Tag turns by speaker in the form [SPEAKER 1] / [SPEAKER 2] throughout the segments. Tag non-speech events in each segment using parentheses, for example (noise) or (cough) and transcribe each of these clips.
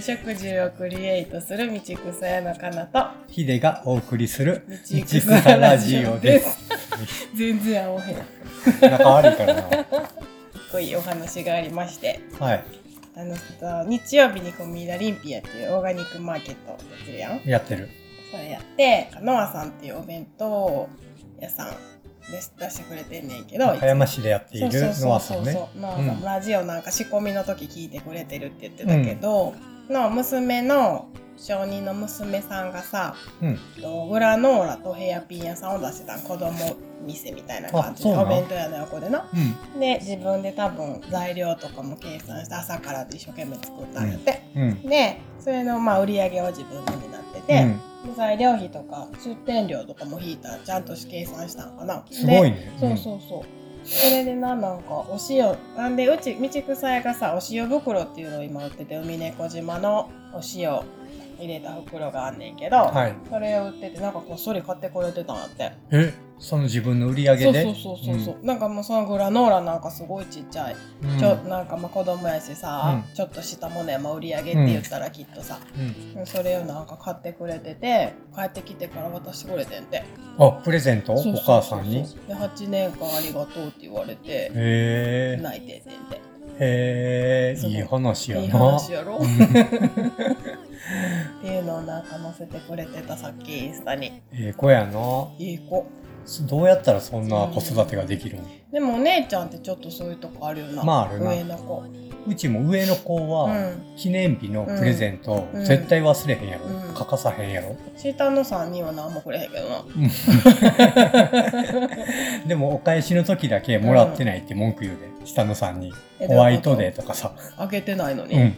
[SPEAKER 1] 食事をクリエイトする道草屋のかなと
[SPEAKER 2] ヒデがお送りする
[SPEAKER 1] 道
[SPEAKER 2] 道草ラジオです
[SPEAKER 1] す全然青へんかっ
[SPEAKER 2] 仲悪いからな
[SPEAKER 1] こいいお話がありまして
[SPEAKER 2] はい
[SPEAKER 1] あのさ日曜日にコミーダリンピアっていうオーガニックマーケットやってるやん
[SPEAKER 2] やってる
[SPEAKER 1] それやってノアさんっていうお弁当屋さんで出してくれてんねんけど
[SPEAKER 2] 岡山市でやっている
[SPEAKER 1] そうそう
[SPEAKER 2] ノア
[SPEAKER 1] そ
[SPEAKER 2] さ
[SPEAKER 1] うんそう
[SPEAKER 2] ね
[SPEAKER 1] ノアさん、
[SPEAKER 2] うん
[SPEAKER 1] ラジオなんか仕込みの時聞いてくれてるって言ってたけど、の娘の小児の娘さんがさ
[SPEAKER 2] うん
[SPEAKER 1] とグラノーラとヘアピン屋さんを出してたん子供店みたいな感じで
[SPEAKER 2] あそうな
[SPEAKER 1] お
[SPEAKER 2] ん
[SPEAKER 1] 弁当屋の横でな
[SPEAKER 2] うん
[SPEAKER 1] で自分で多分材料とかも計算して朝から一生懸命作ってあげて、
[SPEAKER 2] うん
[SPEAKER 1] でそれのまあ売り上げは自分でになって
[SPEAKER 2] う
[SPEAKER 1] て、
[SPEAKER 2] ん
[SPEAKER 1] で材料費とか出店料とかも引いたらちゃんと計算したんかな
[SPEAKER 2] すご
[SPEAKER 1] で
[SPEAKER 2] いね
[SPEAKER 1] そうそうそう、それでななんかお塩なんでうち道草屋がさお塩袋っていうのを今売ってて海猫島のお塩入れた袋があんねんけど、
[SPEAKER 2] うんはい
[SPEAKER 1] それを売っててなんかこっそり買ってくれてたんやって
[SPEAKER 2] えその自分の売り
[SPEAKER 1] そ
[SPEAKER 2] 上げ
[SPEAKER 1] う
[SPEAKER 2] で
[SPEAKER 1] そうそうそうそう、なんかもうそのグラノーラなんかすごいちっちゃい、
[SPEAKER 2] うんうん
[SPEAKER 1] ちょなんかまあ子供やしさ、
[SPEAKER 2] うん
[SPEAKER 1] ちょっとしたものやまあ売り上げって言ったらきっとさ、
[SPEAKER 2] うん
[SPEAKER 1] それをなんか買ってくれてて帰ってきてから渡してくれてんて
[SPEAKER 2] あプレゼント
[SPEAKER 1] そうそう
[SPEAKER 2] お
[SPEAKER 1] そう
[SPEAKER 2] 母さんに
[SPEAKER 1] で8年間ありがとうって言われて
[SPEAKER 2] へ
[SPEAKER 1] 泣いててんて
[SPEAKER 2] えへ
[SPEAKER 1] そ
[SPEAKER 2] え
[SPEAKER 1] う
[SPEAKER 2] いい話や
[SPEAKER 1] いい
[SPEAKER 2] な
[SPEAKER 1] 話やろっ
[SPEAKER 2] うん
[SPEAKER 1] ていうのをなんか載せてくれてたさっきインスタに
[SPEAKER 2] ええ子やない
[SPEAKER 1] い子
[SPEAKER 2] どうやったらそんな子育てができるの
[SPEAKER 1] でもお姉ちゃんってちょっとそういうとこあるよな、
[SPEAKER 2] まああるな
[SPEAKER 1] 上の子
[SPEAKER 2] うちも上の子
[SPEAKER 1] う
[SPEAKER 2] は
[SPEAKER 1] ん
[SPEAKER 2] 記念日のプレゼント
[SPEAKER 1] うん
[SPEAKER 2] 絶対忘れへんやろ
[SPEAKER 1] うん
[SPEAKER 2] 欠かさへんやろ (laughs)
[SPEAKER 1] 下の3人は何もくれへんけどな
[SPEAKER 2] でもお返しの時だけもらってないって文句言うで下のさんにホワイトデーとかさ
[SPEAKER 1] あげてないのに、
[SPEAKER 2] うん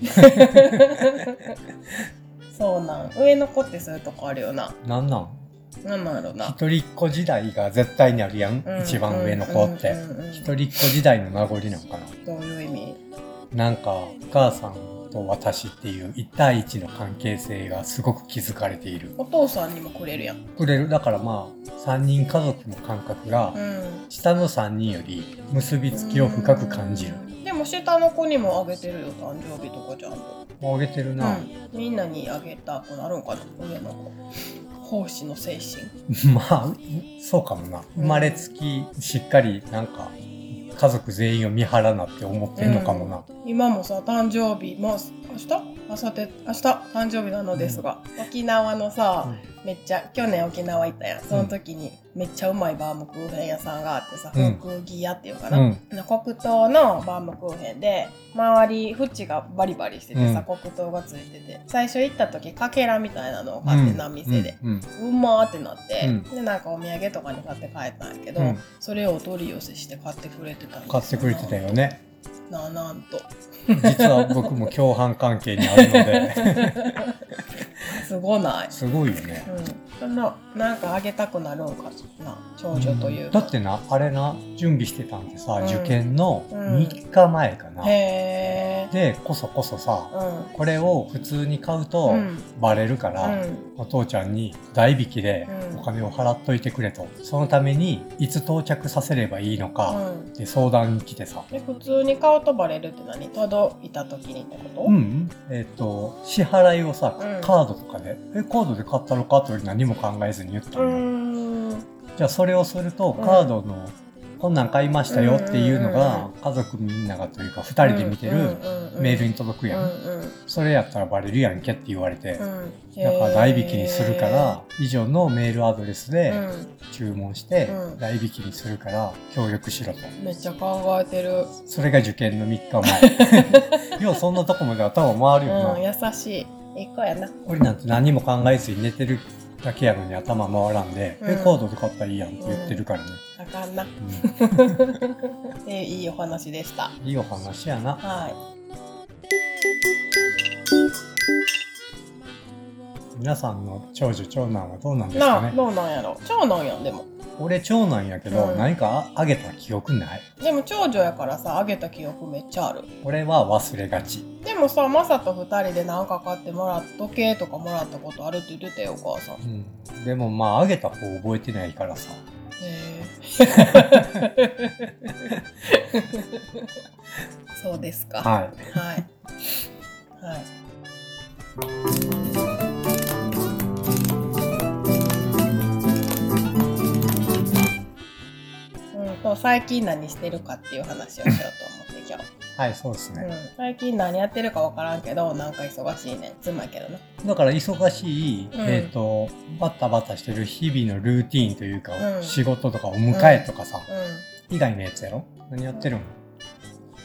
[SPEAKER 1] そうなん上の子ってそういうとこあるよな
[SPEAKER 2] なんなん
[SPEAKER 1] なんなんやろな
[SPEAKER 2] 一人っ子時代が絶対にあるやん、
[SPEAKER 1] うん
[SPEAKER 2] 一番上の子って、
[SPEAKER 1] うんうんうん
[SPEAKER 2] 一人っ子時代の名残なんか
[SPEAKER 1] どういう意味
[SPEAKER 2] ななんかお母さんと私っていう一対一の関係性がすごく築かれている
[SPEAKER 1] お父さんにもくれるやん
[SPEAKER 2] くれるだからまあ3人家族の感覚が
[SPEAKER 1] うん
[SPEAKER 2] 下の3人より結びつきを深く感じる
[SPEAKER 1] でも下の子にもあげてるよ誕生日とかちゃんと、
[SPEAKER 2] あげてるな、
[SPEAKER 1] うん、みんなにあげたくなるんかな上の子奉仕の精神
[SPEAKER 2] (laughs) まあうそうかもな生まれつきしっかりなんか家族全員を見張らなって思ってんのかもな、
[SPEAKER 1] 今もさ誕生日もう明日明後日明日誕生日なのですが、沖縄のさ、めっちゃ去年沖縄行ったやんその時にめっちゃうまいバームクーヘン屋さんがあってさ、
[SPEAKER 2] うん
[SPEAKER 1] クーギ屋っていうか
[SPEAKER 2] う
[SPEAKER 1] な、
[SPEAKER 2] ん
[SPEAKER 1] あの黒糖のバームクーヘンで周り縁がバリバリしててさ、黒糖がついてて最初行った時かけらみたいなのを買ってな、店で。、
[SPEAKER 2] うんうん
[SPEAKER 1] うまーってなって、
[SPEAKER 2] うん
[SPEAKER 1] でなんかお土産とかに買って帰ったんやけど、
[SPEAKER 2] うん
[SPEAKER 1] それをお取り寄せして買ってくれてたんですよ
[SPEAKER 2] 買ってくれてたよね
[SPEAKER 1] ななんと
[SPEAKER 2] 実は僕も共犯関係にあるので
[SPEAKER 1] (laughs) すごない、
[SPEAKER 2] すごいよね
[SPEAKER 1] うん、そのなんかあげたくなるんかな長女というか、
[SPEAKER 2] だってなあれな準備してたんでさ、
[SPEAKER 1] うん
[SPEAKER 2] 受験の
[SPEAKER 1] うん
[SPEAKER 2] 3日前かな、
[SPEAKER 1] へえ
[SPEAKER 2] でこそこそさ
[SPEAKER 1] う
[SPEAKER 2] これを普通に買うと
[SPEAKER 1] うん
[SPEAKER 2] バレるから、
[SPEAKER 1] んうん
[SPEAKER 2] お父ちゃんに代引きで
[SPEAKER 1] うん
[SPEAKER 2] お金を払っといてくれと、そのためにいつ到着させればいいのか、
[SPEAKER 1] うん
[SPEAKER 2] で相談に来てさ
[SPEAKER 1] で普通に顔とバレるって何届いた時にってこと、
[SPEAKER 2] うんえっ、と支払いをさ、
[SPEAKER 1] うん
[SPEAKER 2] カードとかで「えカードで買ったのか?」って俺何も考えずに言ったのよ、
[SPEAKER 1] うーん
[SPEAKER 2] じゃあそれをすると
[SPEAKER 1] うん
[SPEAKER 2] カードの、こんなん買いましたよっていうの
[SPEAKER 1] うんうん
[SPEAKER 2] が家族みんながというか2人で見てるメールに届くやん、
[SPEAKER 1] うん
[SPEAKER 2] それやったらバレるやんけって言われて、
[SPEAKER 1] うん
[SPEAKER 2] だから代引きにするから、以上のメールアドレス
[SPEAKER 1] へ
[SPEAKER 2] で
[SPEAKER 1] ー
[SPEAKER 2] 注文して
[SPEAKER 1] うん
[SPEAKER 2] 代引きにするから協力しろと。
[SPEAKER 1] うん、めっちゃ考えてる、
[SPEAKER 2] それが受験の3日
[SPEAKER 1] (laughs)
[SPEAKER 2] 前。ようそんなとこまで頭回るよな。
[SPEAKER 1] うん、優しいいい子やな
[SPEAKER 2] 俺なんて何も考えずに寝てるだけやのに頭回らんで、
[SPEAKER 1] うん
[SPEAKER 2] え、カードで買ったらいいやんって言ってるからね。
[SPEAKER 1] あかんなでいいお話でした
[SPEAKER 2] うんいいお話やな。
[SPEAKER 1] はい
[SPEAKER 2] 皆さんの長女長男はどうなんですか
[SPEAKER 1] なあ
[SPEAKER 2] ね
[SPEAKER 1] どうなんやろ長男やんでも
[SPEAKER 2] 俺長男やけど、
[SPEAKER 1] うん
[SPEAKER 2] 何かあげた記憶ない
[SPEAKER 1] でも長女やからさあげた記憶めっちゃある
[SPEAKER 2] 俺は忘れがち
[SPEAKER 1] でもさマサと二人で何か買ってもらっ時計とかもらったことあるって言ってたよお母さんへ
[SPEAKER 2] うんでもまああげた方覚えてないからさ
[SPEAKER 1] え (laughs) そうですか
[SPEAKER 2] はい
[SPEAKER 1] はいはいうんと最近何してるかっていう話をしようと思って今日。
[SPEAKER 2] はい、そうです
[SPEAKER 1] う
[SPEAKER 2] ね。
[SPEAKER 1] ん、最近何やってるか分からんけどなんか忙しいねんつまやけどな
[SPEAKER 2] だから忙し
[SPEAKER 1] う
[SPEAKER 2] い、
[SPEAKER 1] ん
[SPEAKER 2] えっ、と、バタバタしてる日々のルーティーンというか、
[SPEAKER 1] うん
[SPEAKER 2] 仕事とかお迎えとかさ、
[SPEAKER 1] う
[SPEAKER 2] 以外のやつやろ何やってるの、
[SPEAKER 1] ん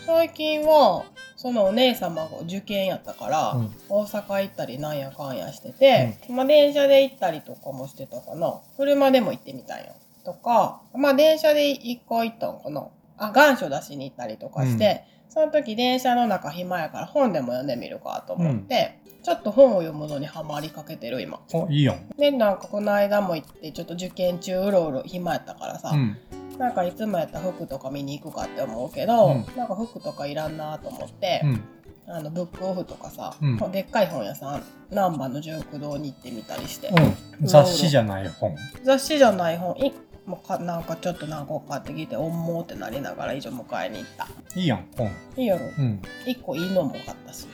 [SPEAKER 1] 最近はそのお姉様が受験やったから、
[SPEAKER 2] うん
[SPEAKER 1] 大阪行ったりなんやかんやしてて、まあ電車で行ったりとかもしてたかな車でも行ってみたんよとかまあ電車で一回行ったんかなあ願書出しに行ったりとかして、その時電車の中暇やから本でも読んでみるかと思って、ちょっと本を読むのにハマりかけてる今
[SPEAKER 2] お、いいやん。
[SPEAKER 1] でなんかこの間も行ってちょっと受験中うろうろ暇やったからさ、
[SPEAKER 2] うん。
[SPEAKER 1] なんかいつもやったら服とか見に行くかって思うけど、
[SPEAKER 2] うん
[SPEAKER 1] なんか服とかいらんなと思って
[SPEAKER 2] う、ん。
[SPEAKER 1] あのブックオフとかさ、
[SPEAKER 2] うん
[SPEAKER 1] でっかい本屋さん難波の純駆堂に行ってみたりして、
[SPEAKER 2] うん。雑誌じゃない本。
[SPEAKER 1] 雑誌じゃない本いもうかなんかちょっと何個買ってきて「おんも」ってなりながら以上迎えに行った
[SPEAKER 2] いいやん、本。
[SPEAKER 1] いいやろ
[SPEAKER 2] うん。
[SPEAKER 1] 1個いいのも買ったし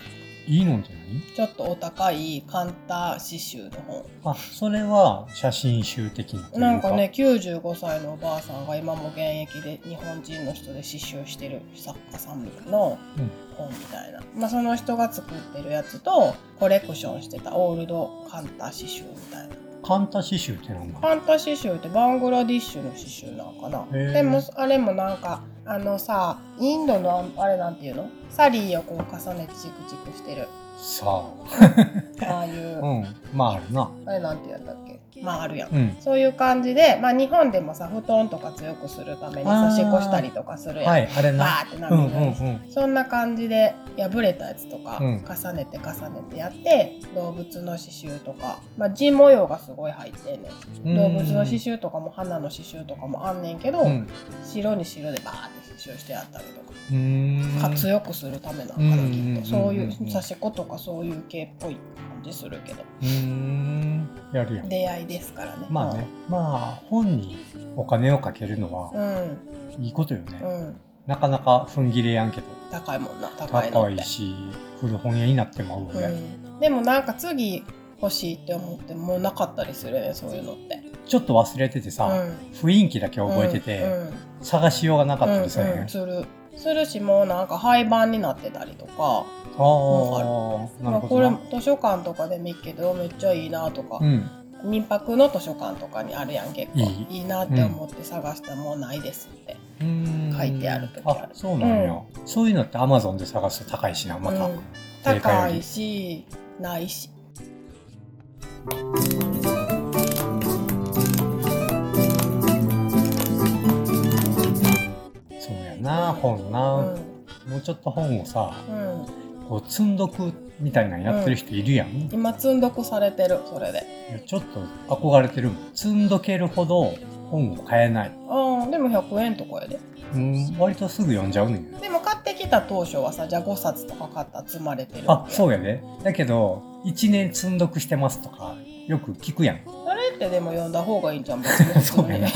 [SPEAKER 2] いいのんじゃない
[SPEAKER 1] ちょっとお高い簡単刺繍の本
[SPEAKER 2] あ、それは写真集的なというか。
[SPEAKER 1] なんかね、95歳のおばあさんが今も現役で日本人の人で刺繍してる作家さんの
[SPEAKER 2] うん
[SPEAKER 1] 本みたいな、まあ、その人が作ってるやつとコレクションしてたオールドカンタ刺繍みたいな
[SPEAKER 2] カンタ刺繍ってなんだ
[SPEAKER 1] カンタ刺繍ってバングラディッシュの刺繍なのか
[SPEAKER 2] へ
[SPEAKER 1] な
[SPEAKER 2] ー
[SPEAKER 1] でもあれもなんかあのさインドのああれなんていうのサリーをこう重ねてチクチク
[SPEAKER 2] (laughs)
[SPEAKER 1] してる
[SPEAKER 2] さあ。。
[SPEAKER 1] ああいううん
[SPEAKER 2] まああるな。
[SPEAKER 1] あれなんていうんだっけまああるやん
[SPEAKER 2] うん。
[SPEAKER 1] そういう感じで、まあ、日本でもさ布団とか強くするために差し越したりとかするやん、
[SPEAKER 2] はい、あれ
[SPEAKER 1] バ
[SPEAKER 2] な。
[SPEAKER 1] ーってなる
[SPEAKER 2] うん
[SPEAKER 1] や
[SPEAKER 2] うんんうん。
[SPEAKER 1] そんな感じで破れたやつとか
[SPEAKER 2] うん
[SPEAKER 1] 重ねて重ねてやって、動物の刺繍とか、まあ、地模様がすごい入ってんねん動物の刺繍とかも花の刺繍とかもあんねんけど、
[SPEAKER 2] うん。
[SPEAKER 1] 白に白でバーって刺繍してあったりとか
[SPEAKER 2] うーん。
[SPEAKER 1] 活
[SPEAKER 2] う
[SPEAKER 1] 躍するためなのかな
[SPEAKER 2] うん
[SPEAKER 1] きっとそういう
[SPEAKER 2] うん
[SPEAKER 1] 刺し子とかそういう系っぽい感じするけど
[SPEAKER 2] ーん。やるやん。
[SPEAKER 1] 出会いですからね
[SPEAKER 2] まあね、まあ本にお金をかけるのは
[SPEAKER 1] うん
[SPEAKER 2] いいことよ
[SPEAKER 1] う
[SPEAKER 2] ね。
[SPEAKER 1] ん、うん
[SPEAKER 2] なかなか踏ん切れやんけど、
[SPEAKER 1] 高いもんな高いの
[SPEAKER 2] 高
[SPEAKER 1] っ
[SPEAKER 2] い
[SPEAKER 1] て
[SPEAKER 2] し、古本屋になってまうよ
[SPEAKER 1] う
[SPEAKER 2] ね。
[SPEAKER 1] ん、でもなんか次欲しいって思ってもうなかったりするよねそういうのって
[SPEAKER 2] ちょっと忘れててさ、雰囲気だけ覚えてて、
[SPEAKER 1] うん
[SPEAKER 2] 探しようがなかったりする
[SPEAKER 1] うんう
[SPEAKER 2] ね
[SPEAKER 1] ん。するするしもうなんか廃盤になってたりとか
[SPEAKER 2] ああ、なる
[SPEAKER 1] まあこ
[SPEAKER 2] ほど
[SPEAKER 1] れ
[SPEAKER 2] な。
[SPEAKER 1] 図書館とかで見っけどめっちゃいいなとか
[SPEAKER 2] う、ん。
[SPEAKER 1] 民泊の図書館とかにあるやん結構
[SPEAKER 2] い
[SPEAKER 1] いなって思って探したもうないですって、
[SPEAKER 2] うーん
[SPEAKER 1] 書いてある時ある
[SPEAKER 2] あ、そうなんや。そういうのってアマゾンで探すと高いしな、また。
[SPEAKER 1] うん
[SPEAKER 2] 定価
[SPEAKER 1] 高
[SPEAKER 2] より
[SPEAKER 1] いしないし
[SPEAKER 2] そうやな、本な。
[SPEAKER 1] うん、
[SPEAKER 2] もうちょっと本をさ、
[SPEAKER 1] うん、
[SPEAKER 2] こう積んどくみたいなのやってる人いるやん。
[SPEAKER 1] 今積んどくされてるそれで
[SPEAKER 2] いやちょっと憧れてるもん。積んどけるほど本を買えない。
[SPEAKER 1] うんでも100円とかやで
[SPEAKER 2] うん、割とすぐ読んじゃうねん。
[SPEAKER 1] でも買ってきた当初はさじゃあ5冊とか買ったら積まれてる
[SPEAKER 2] あ、そううやね。だけど、1年積んどくしてますとか、よく聞くやん。
[SPEAKER 1] それってでも読んだ方がいいんじゃん別に普通
[SPEAKER 2] (laughs) そうや
[SPEAKER 1] に
[SPEAKER 2] な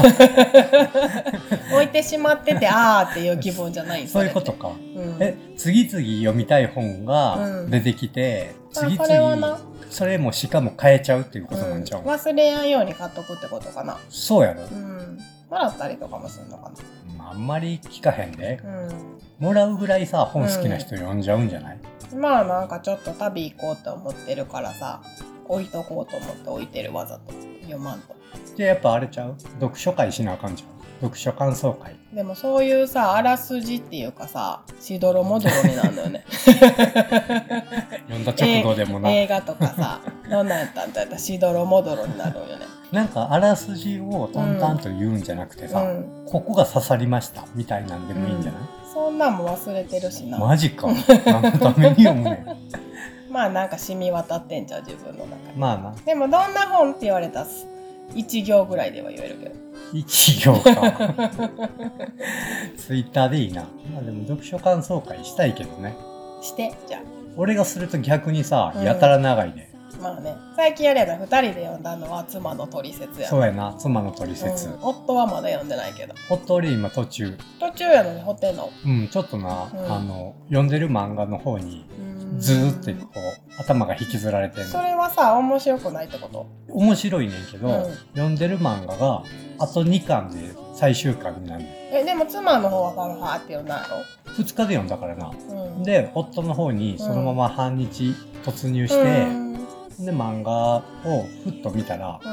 [SPEAKER 1] (laughs) 置いてしまっててあーっていう気分じゃない
[SPEAKER 2] そういうこと
[SPEAKER 1] れ
[SPEAKER 2] か。
[SPEAKER 1] ってうん、
[SPEAKER 2] え、次々読みたい本が
[SPEAKER 1] うん
[SPEAKER 2] 出てきて、
[SPEAKER 1] あ
[SPEAKER 2] 次
[SPEAKER 1] それはな
[SPEAKER 2] 々、それもしかも変えちゃうっていう
[SPEAKER 1] う、
[SPEAKER 2] ことなんんちゃう、
[SPEAKER 1] 忘れやんように買っとくってことかな
[SPEAKER 2] そうやろ、
[SPEAKER 1] うんもらったりとかもするのか
[SPEAKER 2] うんあんまり聞かへんで。
[SPEAKER 1] な
[SPEAKER 2] もらうぐらいさ、本好きな人読んじゃうんじゃない、
[SPEAKER 1] うんまあなんかちょっと旅行こうって思ってるからさ置いとこうと思って置いてるわざと読まんと
[SPEAKER 2] じゃあやっぱあれちゃう読書会しなあかんじゃん。読書感想会。
[SPEAKER 1] でもそういうさあらすじっていうかさしどろもどろになるのよね (laughs)
[SPEAKER 2] 読んだ直後でもな、
[SPEAKER 1] 映画とかさどんなんやったんだったらしどろもどろになるんよね。
[SPEAKER 2] なんかあらすじを淡々と言うんじゃなくて
[SPEAKER 1] う
[SPEAKER 2] さ、
[SPEAKER 1] ん、
[SPEAKER 2] ここが刺さりましたみたいなんでもいいんじゃない、
[SPEAKER 1] そんなんも忘れてるしな、ま
[SPEAKER 2] マジか何のために読む
[SPEAKER 1] (laughs)
[SPEAKER 2] ねん
[SPEAKER 1] あなんか染み渡ってんじゃん自分の中に。
[SPEAKER 2] まあな
[SPEAKER 1] でもどんな本って言われたら1行ぐらいでは言えるけど。
[SPEAKER 2] 一行かツイッターでいいなまあでも読書感想会したいけどね
[SPEAKER 1] してじゃ
[SPEAKER 2] 俺がすると逆にさ
[SPEAKER 1] うん
[SPEAKER 2] やたら長いね、
[SPEAKER 1] あまあね最近やれな2人で読んだのは妻の取説や
[SPEAKER 2] そうやな妻の取説、
[SPEAKER 1] うん夫はまだ読んでないけど
[SPEAKER 2] ほっとり今途中
[SPEAKER 1] 途中やのにホテルの。
[SPEAKER 2] うんちょっとな、
[SPEAKER 1] うん
[SPEAKER 2] あの読んでる漫画の方に
[SPEAKER 1] うん
[SPEAKER 2] ずーっとこう頭が引きずられてる
[SPEAKER 1] それはさ面白くないってこと
[SPEAKER 2] 面白いねんけど、
[SPEAKER 1] うん
[SPEAKER 2] 読んでる漫画があと2巻で最終巻になる
[SPEAKER 1] えでも妻の方はファルファーって呼んだや
[SPEAKER 2] 2日で読んだからな
[SPEAKER 1] ろ、うん、
[SPEAKER 2] で夫の方にそのまま半日突入して、
[SPEAKER 1] うん
[SPEAKER 2] で漫画をふっと見たら、
[SPEAKER 1] うん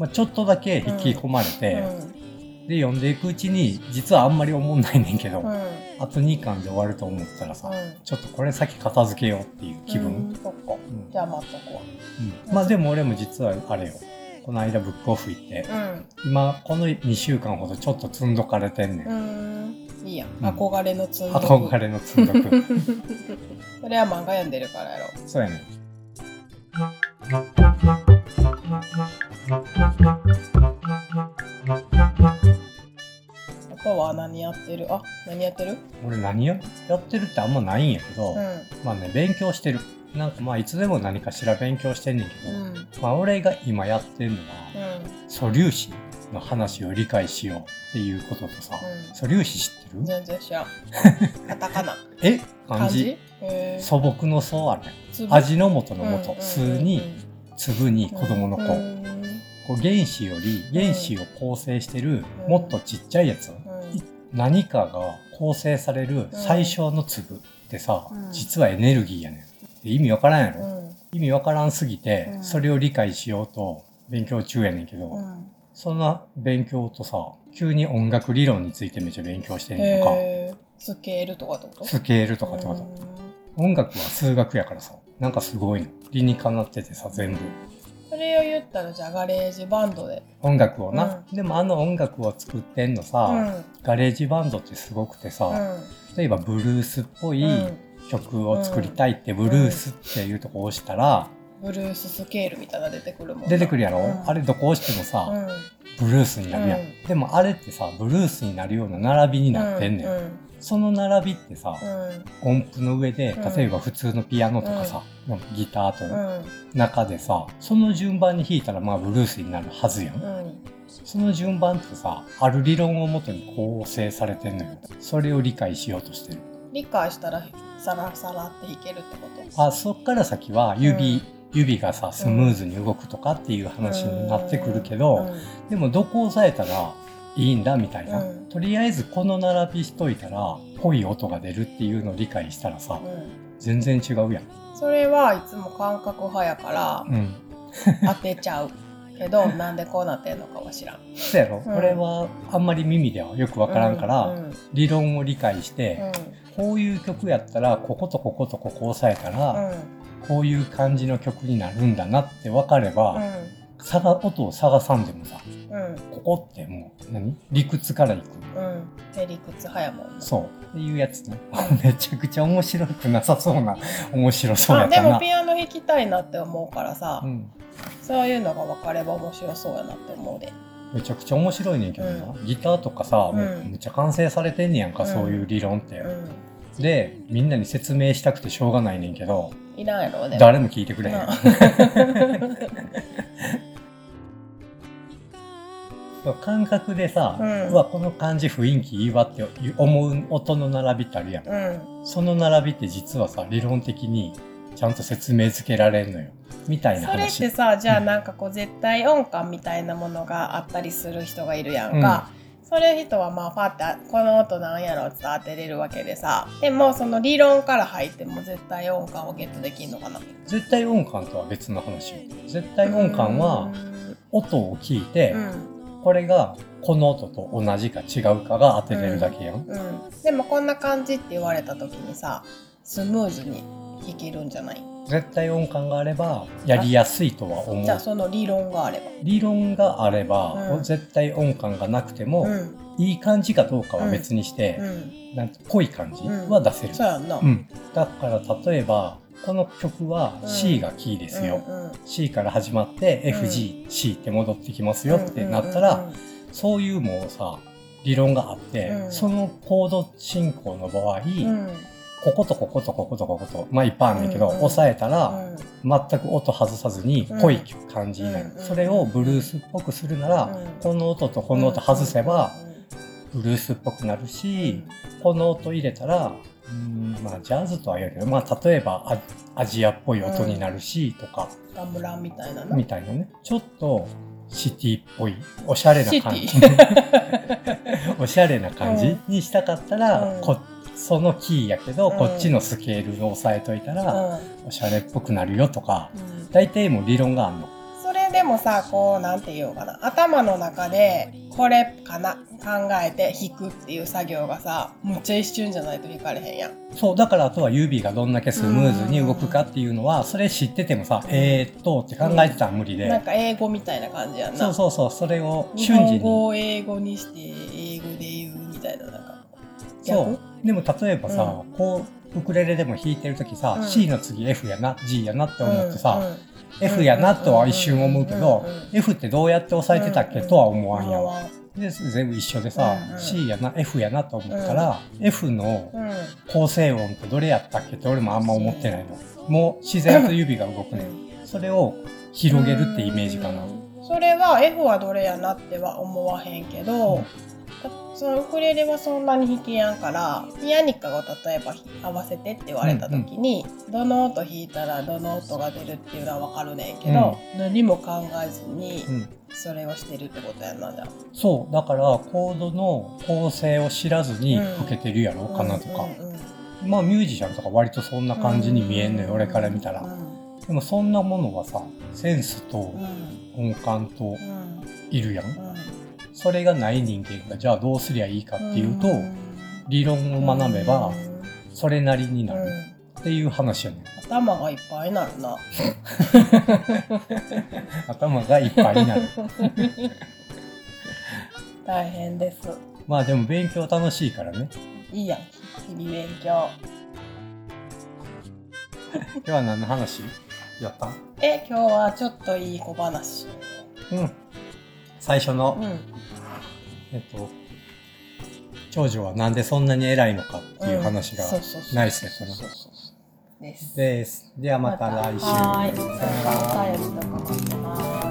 [SPEAKER 2] まあ、ちょっとだけ引き込まれ
[SPEAKER 1] う
[SPEAKER 2] て、
[SPEAKER 1] ん
[SPEAKER 2] で読んでいくうちに実はあんまり思んないねんけど、
[SPEAKER 1] うんうん
[SPEAKER 2] あと2巻で終わると思ったらさ、ちょっとこれ先片付けようっていう気分、
[SPEAKER 1] うんそっか
[SPEAKER 2] うん
[SPEAKER 1] じゃあ待っとこ
[SPEAKER 2] うんまあでも俺も実はあれよこの間ブックオフ行って
[SPEAKER 1] ううん
[SPEAKER 2] 今この2週間ほどちょっと積んどかれてんねん、
[SPEAKER 1] うんいいやん
[SPEAKER 2] うん
[SPEAKER 1] 憧れのツー
[SPEAKER 2] 憧れの積んどく
[SPEAKER 1] それは漫画読んでるからやろ
[SPEAKER 2] そうやねん
[SPEAKER 1] あとは何やってるあ何やってる
[SPEAKER 2] 俺何やってるってあんまないんやけど、
[SPEAKER 1] う
[SPEAKER 2] まあね勉強してるなんかまあいつでも何かしら勉強してんねんけど、
[SPEAKER 1] んうん
[SPEAKER 2] まあ俺が今やってるのは
[SPEAKER 1] う
[SPEAKER 2] 素粒子の話を理解しようっていうこととさ、
[SPEAKER 1] うん
[SPEAKER 2] 素粒子知ってる
[SPEAKER 1] ん全然知らんカタカナ
[SPEAKER 2] え
[SPEAKER 1] 漢
[SPEAKER 2] (laughs) 漢字
[SPEAKER 1] 字へ
[SPEAKER 2] 素朴の素あるね
[SPEAKER 1] ー
[SPEAKER 2] 味の素
[SPEAKER 1] 粒
[SPEAKER 2] の素、
[SPEAKER 1] うん
[SPEAKER 2] 素に粒に子供の子、
[SPEAKER 1] うんうん
[SPEAKER 2] こう原子より原子を構成してる
[SPEAKER 1] うん
[SPEAKER 2] もっとちっちゃいやつ、
[SPEAKER 1] うん
[SPEAKER 2] 何かが構成される最小の粒ってさ、
[SPEAKER 1] うん
[SPEAKER 2] 実はエネルギーやねんで意味わからんやろ、
[SPEAKER 1] うん
[SPEAKER 2] 意味わからんすぎて、
[SPEAKER 1] うん
[SPEAKER 2] それを理解しようと勉強中やねんけど、
[SPEAKER 1] うん
[SPEAKER 2] そんな勉強とさ急に音楽理論についてめっちゃ勉強してんねんとか、
[SPEAKER 1] へースケールとかってこと
[SPEAKER 2] スケールとかってこと、音楽は数学やからさなんかすごいの理にかなっててさ全部
[SPEAKER 1] それを言ったらじゃあガレージバンドで
[SPEAKER 2] 音楽をな、でもあの音楽を作ってんのさ、ガレージバンドってすごくてさ、例えばブルースっぽい
[SPEAKER 1] うん
[SPEAKER 2] 曲を作りたいって、ブルースっていうとこ押したら
[SPEAKER 1] ブルーススケールみたいなの出てくるもんな
[SPEAKER 2] 出てくるやろ、
[SPEAKER 1] うん
[SPEAKER 2] あれどこ押しても
[SPEAKER 1] う
[SPEAKER 2] さ、
[SPEAKER 1] ん
[SPEAKER 2] ブルースになるやん、
[SPEAKER 1] うん
[SPEAKER 2] でもあれってさブルースになるような並びになってんねん、
[SPEAKER 1] うん
[SPEAKER 2] その並びってさ、
[SPEAKER 1] う
[SPEAKER 2] 音符の上で
[SPEAKER 1] うん
[SPEAKER 2] 例えば普通のピアノとかさ、なんかギターと
[SPEAKER 1] ん
[SPEAKER 2] の中でさその順番に弾いたらまあブルースになるはずやん、
[SPEAKER 1] うんうん
[SPEAKER 2] その順番ってさある理論をもとに構成されてんのよそれを理解しようとしてる
[SPEAKER 1] 理解したらサラサラって弾けるってこと
[SPEAKER 2] あそっから先は
[SPEAKER 1] う
[SPEAKER 2] 指、
[SPEAKER 1] ん
[SPEAKER 2] 指がさスムーズに動くとかっていう話になってくるけど、でもどこを押さえたらいいんだみたいな、
[SPEAKER 1] うん
[SPEAKER 2] とりあえずこの並びしといたら濃い音が出るっていうのを理解したらさ
[SPEAKER 1] うんうん
[SPEAKER 2] 全然違うやん、
[SPEAKER 1] それはいつも感覚派やから
[SPEAKER 2] うん、
[SPEAKER 1] 当てちゃうけ
[SPEAKER 2] (laughs)
[SPEAKER 1] どなんでこうなってんのかは知らん
[SPEAKER 2] そうやろ、
[SPEAKER 1] うん
[SPEAKER 2] これはあんまり耳ではよくわからんから、
[SPEAKER 1] うんうん
[SPEAKER 2] 理論を理解して、こういう曲やったらこことこことここ押さえたら、こういう感じの曲になるんだなって分かれ
[SPEAKER 1] うん
[SPEAKER 2] ば、さが音を探さんでもさ
[SPEAKER 1] うんうん
[SPEAKER 2] ここってもう何理屈からいく
[SPEAKER 1] うんヘリクツ早もんな
[SPEAKER 2] そうっていうやつね (laughs) めちゃくちゃ面白くなさそうな
[SPEAKER 1] (laughs)
[SPEAKER 2] 面白そうや
[SPEAKER 1] あ
[SPEAKER 2] っ
[SPEAKER 1] で
[SPEAKER 2] た
[SPEAKER 1] も
[SPEAKER 2] な
[SPEAKER 1] ピアノ弾きたいなって思うからさ、
[SPEAKER 2] うん、
[SPEAKER 1] そういうのが分かれば面白そうやなって思うで
[SPEAKER 2] めちゃくちゃ面白いねんけどな、ギターとかさ、もう
[SPEAKER 1] うん
[SPEAKER 2] めっちゃ完成されてんねやんか、
[SPEAKER 1] うん
[SPEAKER 2] そういう理論って、
[SPEAKER 1] う
[SPEAKER 2] でみんなに説明したくてしょうがないねんけど
[SPEAKER 1] んいらんやろでも
[SPEAKER 2] 誰も聞いてくれへん、
[SPEAKER 1] な
[SPEAKER 2] 感覚でさ、う
[SPEAKER 1] うん
[SPEAKER 2] わこの感じ雰囲気いいわって思う音の並びってあるやん
[SPEAKER 1] うん
[SPEAKER 2] その並びって実はさ理論的にちゃんと説明付けられんのよみたいな
[SPEAKER 1] それっ
[SPEAKER 2] 話
[SPEAKER 1] てさじゃあなんかこう絶対音感みたいなものがあったりする人がいるやんか、それ人はまあファーってこの音なんやろって当てれるわけでさでもその理論から入っても絶対音感をゲットできんのかな
[SPEAKER 2] 絶対音感とは別の話よ絶対音感は音を聞いて、
[SPEAKER 1] うん
[SPEAKER 2] これがこの音と同じか違うかが当てれるだけやん、
[SPEAKER 1] うんでもこんな感じって言われた時にさスムーズに弾けるんじゃない
[SPEAKER 2] 絶対音感があればやりやすいとは思
[SPEAKER 1] じゃあ
[SPEAKER 2] う
[SPEAKER 1] その理論があれば
[SPEAKER 2] 理論があれば、
[SPEAKER 1] うん
[SPEAKER 2] 絶対音感がなくても、
[SPEAKER 1] うん
[SPEAKER 2] いい感じかどうかは別にして、
[SPEAKER 1] うん
[SPEAKER 2] なんか濃い感じは出せる、
[SPEAKER 1] そうやんな、
[SPEAKER 2] うんだから例えばこの曲は
[SPEAKER 1] うん
[SPEAKER 2] C がキーですよ、
[SPEAKER 1] うんうん
[SPEAKER 2] C から始まって
[SPEAKER 1] うん
[SPEAKER 2] FGC って戻ってきますよってなったら、
[SPEAKER 1] うんうんうん
[SPEAKER 2] そういうもうさ理論があって、
[SPEAKER 1] うん
[SPEAKER 2] そのコード進行の場合、
[SPEAKER 1] うん
[SPEAKER 2] こことこことこことこことまあいっぱいあるんだけど、
[SPEAKER 1] うんうん
[SPEAKER 2] 押さえたら
[SPEAKER 1] うん
[SPEAKER 2] 全く音外さずに濃い感じになる、
[SPEAKER 1] うん
[SPEAKER 2] それをブルースっぽくするなら、
[SPEAKER 1] うん
[SPEAKER 2] この音とこの音外せばブルースっぽくなるし、この音入れたらうんまあジャズとは言うけど、まあ、例えばアアジアっぽい音になるし、とか
[SPEAKER 1] ガムランみたいなの
[SPEAKER 2] みたいなねちょっとシティっぽいおしゃれな感じ
[SPEAKER 1] シ
[SPEAKER 2] (laughs) おしゃれな感じにしたかったら、
[SPEAKER 1] うん
[SPEAKER 2] こそのキーやけど、
[SPEAKER 1] うん
[SPEAKER 2] こっちのスケールを押さえといた
[SPEAKER 1] う
[SPEAKER 2] ら、
[SPEAKER 1] ん
[SPEAKER 2] おしゃれっぽくなるよとか
[SPEAKER 1] うん
[SPEAKER 2] 大体もう理論があんの。
[SPEAKER 1] それでもさこうなんていうのかな頭の中でこれかな考えて弾くっていう作業がさむっちゃ一瞬じゃないと弾かれへんやん
[SPEAKER 2] そうだからあとは指がどんだけスムーズに動くかっていうのはそれ知っててもさ「えー、っと」って考えてたら無理で、
[SPEAKER 1] なんか英語みたいな感じやんな
[SPEAKER 2] そうそうそうそれを
[SPEAKER 1] 日
[SPEAKER 2] 瞬
[SPEAKER 1] 本語
[SPEAKER 2] 時に
[SPEAKER 1] を英語にして英語で言うみたいななんか逆
[SPEAKER 2] そうでも例えばさ、こうウクレレでも弾いてる時さ、
[SPEAKER 1] うん
[SPEAKER 2] C の次 F やな G やなって思ってさ、
[SPEAKER 1] うんうん
[SPEAKER 2] F やなとは一瞬思うけど、
[SPEAKER 1] うんうんうん
[SPEAKER 2] F ってどうやって押さえてたっけとは思わんやわ、
[SPEAKER 1] わ
[SPEAKER 2] で全部一緒でさ、
[SPEAKER 1] うんうん
[SPEAKER 2] C やな F やなと思ったら、F の
[SPEAKER 1] うん
[SPEAKER 2] 構成音ってどれやったっけって俺もあんま思ってないのもう自然と指が動くねんそれを広げるってイメージかな、
[SPEAKER 1] うんそれは F はどれやなっては思わへんけど、
[SPEAKER 2] うん
[SPEAKER 1] そのウクレレはそんなに弾けやんからピアニカを例えば合わせてって言われた時に、どの音弾いたらどの音が出るっていうのは分かるねんけど、何も考えずに
[SPEAKER 2] うん
[SPEAKER 1] それをしてるってことやんなじゃあ
[SPEAKER 2] そうだからコードの構成を知らずに吹けてるやろうかなとか、
[SPEAKER 1] うんうんうん
[SPEAKER 2] まあミュージシャンとか割とそんな感じに見えんのよ、
[SPEAKER 1] う
[SPEAKER 2] 俺から見たら、
[SPEAKER 1] うん
[SPEAKER 2] でもそんなものはさセンスと
[SPEAKER 1] うん
[SPEAKER 2] 根幹と
[SPEAKER 1] うん
[SPEAKER 2] いるやん、
[SPEAKER 1] う
[SPEAKER 2] それがない人間がじゃあどうすりゃいいかっ
[SPEAKER 1] ん
[SPEAKER 2] ていうと、理論を学べば
[SPEAKER 1] うん
[SPEAKER 2] それなりにな
[SPEAKER 1] う
[SPEAKER 2] る
[SPEAKER 1] ん
[SPEAKER 2] っていう話やねん
[SPEAKER 1] 頭がいっぱいになるな。
[SPEAKER 2] 頭がいっぱいに
[SPEAKER 1] (laughs)
[SPEAKER 2] なる
[SPEAKER 1] 大変です。
[SPEAKER 2] まあでも勉強楽しいからね
[SPEAKER 1] いいやん、日々勉強。
[SPEAKER 2] 今日は何の話やった
[SPEAKER 1] え、今日はちょっといい小話。
[SPEAKER 2] うん最初の、
[SPEAKER 1] うん。
[SPEAKER 2] えっと長女はなんでそんなに偉いのかっていう話が
[SPEAKER 1] そうそうそう
[SPEAKER 2] ナイスやったな
[SPEAKER 1] そうそうそうです。
[SPEAKER 2] ですではまた来週、
[SPEAKER 1] はい。お便りとか待ってます。